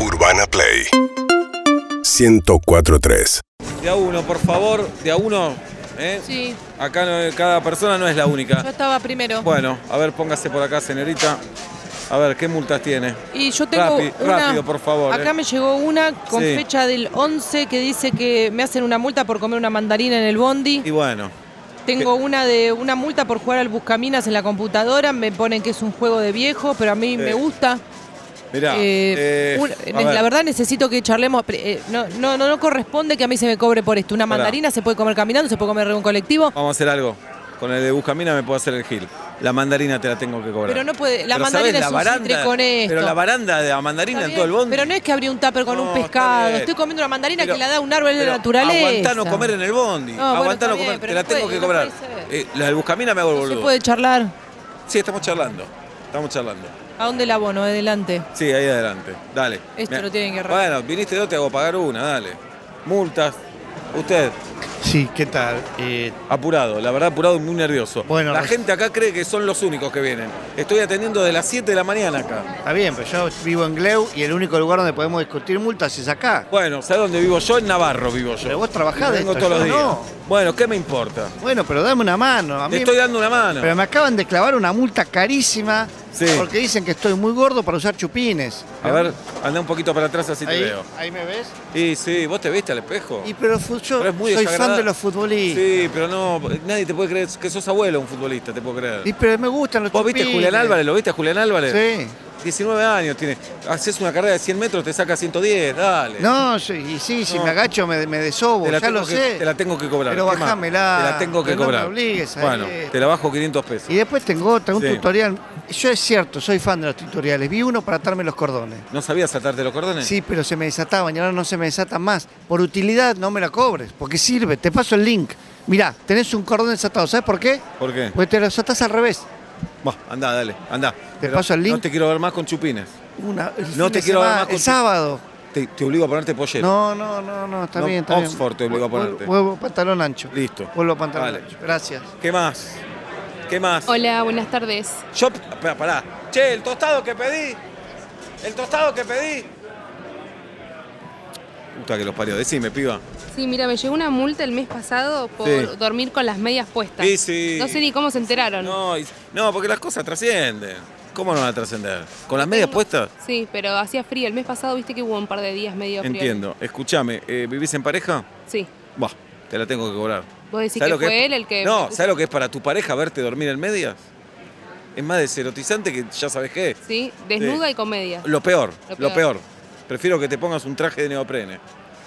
Urbana Play 104.3 De a uno, por favor, de a uno. ¿eh? Sí, Acá no- cada persona no es la yo única. estaba primero. Bueno, a ver, póngase por acá, señorita. A ver, ¿qué multas tiene? y yo tengo Rápi- una, rápido, por favor, Acá eh. me llegó una con Sí. fecha del 11 que dice que me hacen una multa por comer una mandarina en el bondi. Y bueno, tengo una de una multa por jugar al buscaminas en la computadora. Me ponen que es un juego de viejo, pero a mí me gusta. mirá. Eh, eh, un- a ver, la verdad necesito que charlemos. pre- eh, no, no, no, no corresponde que a mí se me cobre por esto. Una Pará. mandarina se puede comer caminando, se puede comer en un colectivo. Vamos a hacer algo. Con el de Buscamina me puedo hacer el gil. La mandarina te la tengo que cobrar. Pero no puede- la Pero, ¿sabés? mandarina es un baranda- citre con Pero esto. la baranda de la mandarina Está en todo el bien, bondi. Pero no es que abrí un tupper con No, un está pescado. bien. Estoy comiendo una mandarina Pero- que la da un árbol de pero la naturaleza. Aguantá no comer en el bondi. No, bueno, aguantá está no bien, comer. Te pero la no tengo puede- que no cobrar. puede ser. Eh, la del Buscamina me hago el No se boludo. puede charlar. Sí, estamos charlando. Estamos charlando. ¿A dónde el abono? Adelante. Sí, ahí adelante. Dale. Esto Mirá. lo tienen que arreglar. Bueno, viniste dos, te hago pagar una, dale. Multas. Usted, Sí, ¿qué tal? Eh, apurado, la verdad apurado y muy nervioso. Bueno, la res- gente acá cree que son los únicos que vienen. Estoy atendiendo de las 7 de la mañana acá. está bien, pero yo vivo en Gleu y el único lugar donde podemos discutir multas es acá. Bueno, ¿sabes dónde vivo yo? En Navarro vivo yo. Pero vos trabajás de Vengo esto, todos los yo días. no. Bueno, ¿qué me importa? Bueno, pero dame una mano. A Te mí, estoy dando una mano. Pero me acaban de clavar una multa carísima Sí. porque dicen que estoy muy gordo para usar chupines. A ver, anda un poquito para atrás así ahí, te veo. ahí me ves. Y sí, ¿vos te viste al espejo? Y pero fu- yo Pero es muy soy fan desagradable. de los futbolistas. Sí, pero no, nadie te puede creer que sos abuelo un futbolista, te puedo creer. Y pero me gustan los ¿Vos chupines. viste a Julián Álvarez? ¿Lo viste a Julián Álvarez? Sí. 19 años tiene. Haces una carrera de 100 metros, te saca 110, dale. No, sí, y sí, si No. me agacho me, me desobo, te la ya tengo lo que, sé. Te la tengo que cobrar. Pero ¿Qué más? bajámela. Te la tengo que Pero no me cobrar. obligues a bueno, esto. te la bajo 500 pesos. Y después tengo otra, un Sí. tutorial. Yo es cierto, soy fan de los tutoriales. Vi uno para atarme los cordones. ¿No sabías atarte los cordones? Sí, pero se me desataban y ahora no se me desatan más. Por utilidad no me la cobres, porque sirve. Te paso el link. Mirá, tenés un cordón desatado. ¿Sabes por qué? ¿Por qué? Porque te lo desatás al revés. Bah, andá, dale, andá. Pero paso el No link. te quiero ver más con chupines. Una, el No fin te de quiero semana, dar más El conti- sábado. Te, te obligo a ponerte pollera. No, no, no, no, está No, bien, está bien. Oxford te obligó a Vuel- ponerte. Vuelvo pantalón ancho. Listo. Vuelvo pantalón Vale. ancho. Gracias. ¿Qué más? ¿Qué más? Hola, buenas tardes. Yo, pará, pará. Che, el tostado que pedí. El tostado que pedí. Puta que los parió. Decime, piba. Sí, mira, me llegó una multa el mes pasado por Sí. dormir con las medias puestas. Sí, sí. No sé ni cómo se enteraron. No, y- no, porque las cosas trascienden. ¿Cómo no van a trascender? ¿Con las medias puestas? Sí, pero hacía frío. El mes pasado viste que hubo un par de días medio frío. Entiendo. Escúchame, eh, ¿vivís en pareja? Sí. Bah, te la tengo que cobrar. Vos decís ¿Sabés lo que fue es- él el que- No, ¿sabes lo que es para tu pareja verte dormir en medias? Es más deserotizante que ya sabes qué es. Sí, desnuda y con medias. Lo peor, lo peor, Lo peor. Prefiero que te pongas un traje de neoprene.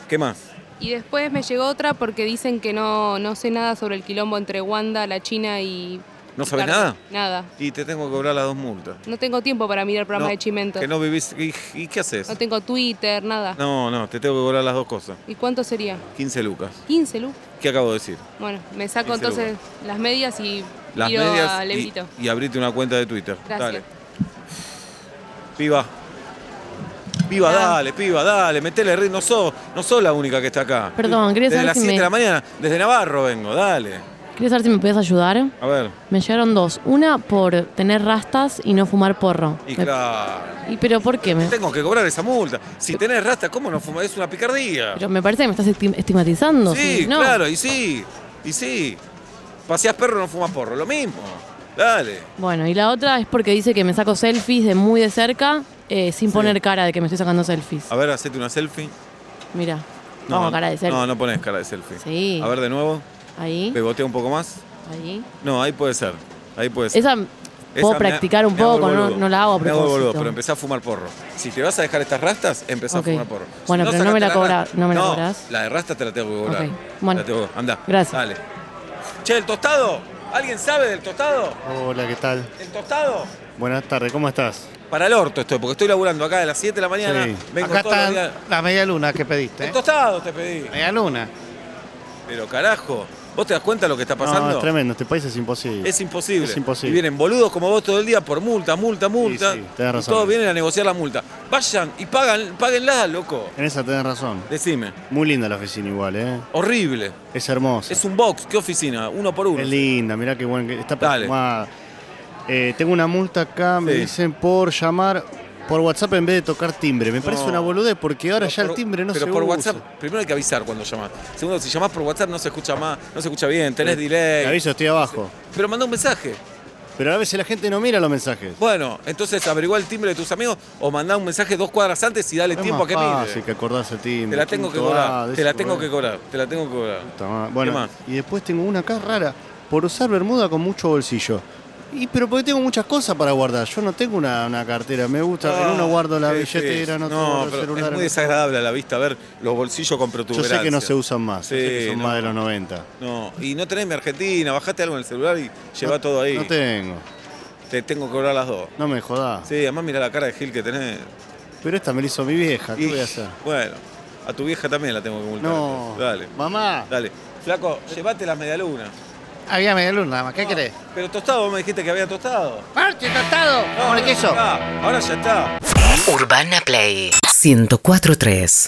¿Qué más? Y después me llegó otra porque dicen que no, no sé nada sobre el quilombo entre Wanda, la China y. ¿No sabés Tar- nada? Nada. Y te tengo que cobrar las dos multas. No tengo tiempo para mirar programas No, de Chimento. Que no vivís. ¿Y, y qué haces? No tengo Twitter, nada. No, no, te tengo que cobrar las dos cosas. ¿Y cuánto sería? 15 lucas. ¿15 luz? ¿Qué acabo de decir? Bueno, me saco 15 lucas. entonces las medias y Las tiro medias a y, Lebrito. y abrite una cuenta de Twitter. Gracias. Dale. Piba. Piba, Nada. dale, piba, dale, metele ritmo. No sos, no sos la única que está acá. Perdón, quería Desde saber las si 7 me- de la mañana, desde Navarro vengo, dale. Quería saber si me podías ayudar. A ver. Me llegaron dos. Una por tener rastas y no fumar porro. Y Me- claro, ¿Y pero por qué? Me... tengo que cobrar esa multa. Si tenés rasta, ¿cómo no fumas? Es una picardía. Pero me parece que me estás esti- estigmatizando. sí, ¿no? claro, y sí, y sí. Paseás perro, no fumas porro, lo mismo. Dale. Bueno, y la otra es porque dice que me saco selfies de muy de cerca eh, sin poner cara de que me estoy sacando selfies. A ver, hacete una selfie. Mira. Vamos, cara de selfie. Ah. No, no pones cara de selfie. Sí. A ver, de nuevo. Ahí. Bebotea un poco más. Ahí. No, ahí puede ser. Ahí puede ser. Esa Esa puedo me- practicar un me hago el poco, no, boludo. no la hago a Me hago el propósito. boludo, pero empezá a fumar porro. Si te vas a dejar estas rastas, empezá Ok. a fumar porro. Si Bueno, pero no me la sacate cobra- rasta- no me la cobrás. La de rastas te la tengo que cobrar. Ok, bueno. La tengo- andá. Gracias. Dale. Che, ¿el tostado? ¿Alguien sabe del tostado? Hola, ¿qué tal? ¿El tostado? Buenas tardes, ¿cómo estás? Para el orto estoy, porque estoy laburando acá de las 7 de la mañana. Vengo Acá todos los días. están las medialunas que pediste. El ¿eh? tostado te pedí. Medialuna. Pero carajo, ¿vos te das cuenta de lo que está pasando? No, es tremendo, este país es imposible. Es imposible. Es imposible. Y vienen boludos como vos todo el día por multa, multa, multa. Sí, sí, tenés y razón. todos vienen a negociar la multa. Vayan y pagan, páguenla, loco. En esa tenés razón. Decime. Muy linda la oficina igual, ¿eh? Horrible. Es hermosa. Es un box, ¿qué oficina? Uno por uno. Es linda, mirá qué bueno que está Dale. perfumada. Eh, tengo una multa acá, me Sí. dicen por llamar por WhatsApp en vez de tocar timbre. Me parece No. una boludez porque ahora Pero ya el por- timbre no pero se por usa. WhatsApp, primero hay que avisar cuando llamás. Segundo, si llamás por WhatsApp no se escucha más, no se escucha bien, tenés Te delay. aviso, estoy abajo. Pero manda un mensaje. Pero a veces la gente no mira los mensajes. Bueno, entonces averigua el timbre de tus amigos o mandá un mensaje dos cuadras antes y dale Es tiempo a más que fácil mire. que acordás el timbre. Te la tengo que Punto A, cobrar, de te la ese tengo que problema. cobrar, te la tengo que cobrar. Puta madre. Bueno, más? y después tengo una acá rara. Por usar bermuda con mucho bolsillo. Y pero porque tengo muchas cosas para guardar. Yo no tengo una, una cartera. Me gusta. en uno guardo la qué billetera, difícil. no, tengo pero el celular. Es muy en otro- desagradable a la vista ver los bolsillos con Yo protuberancia. sé que no se usan más. yo sé que Sí, son no. más de los 90. No, y no tenés mi Argentina, bajate algo en el celular y lleva No- todo ahí. No tengo. Te tengo que cobrar las dos. No me jodás. Sí, además mira la cara de Gil que tenés. Pero esta me la hizo mi vieja. ¿Qué Y, voy a hacer? Bueno, a tu vieja también la tengo que multar. No. entonces. Dale, Mamá. dale. Flaco, llevate las medialunas. Había media luna nada más, ¿qué querés? Pero tostado, vos me dijiste que había tostado. ¡Parche tostado! Con el ya queso. está, Ahora ya está. Urbana Play 104.3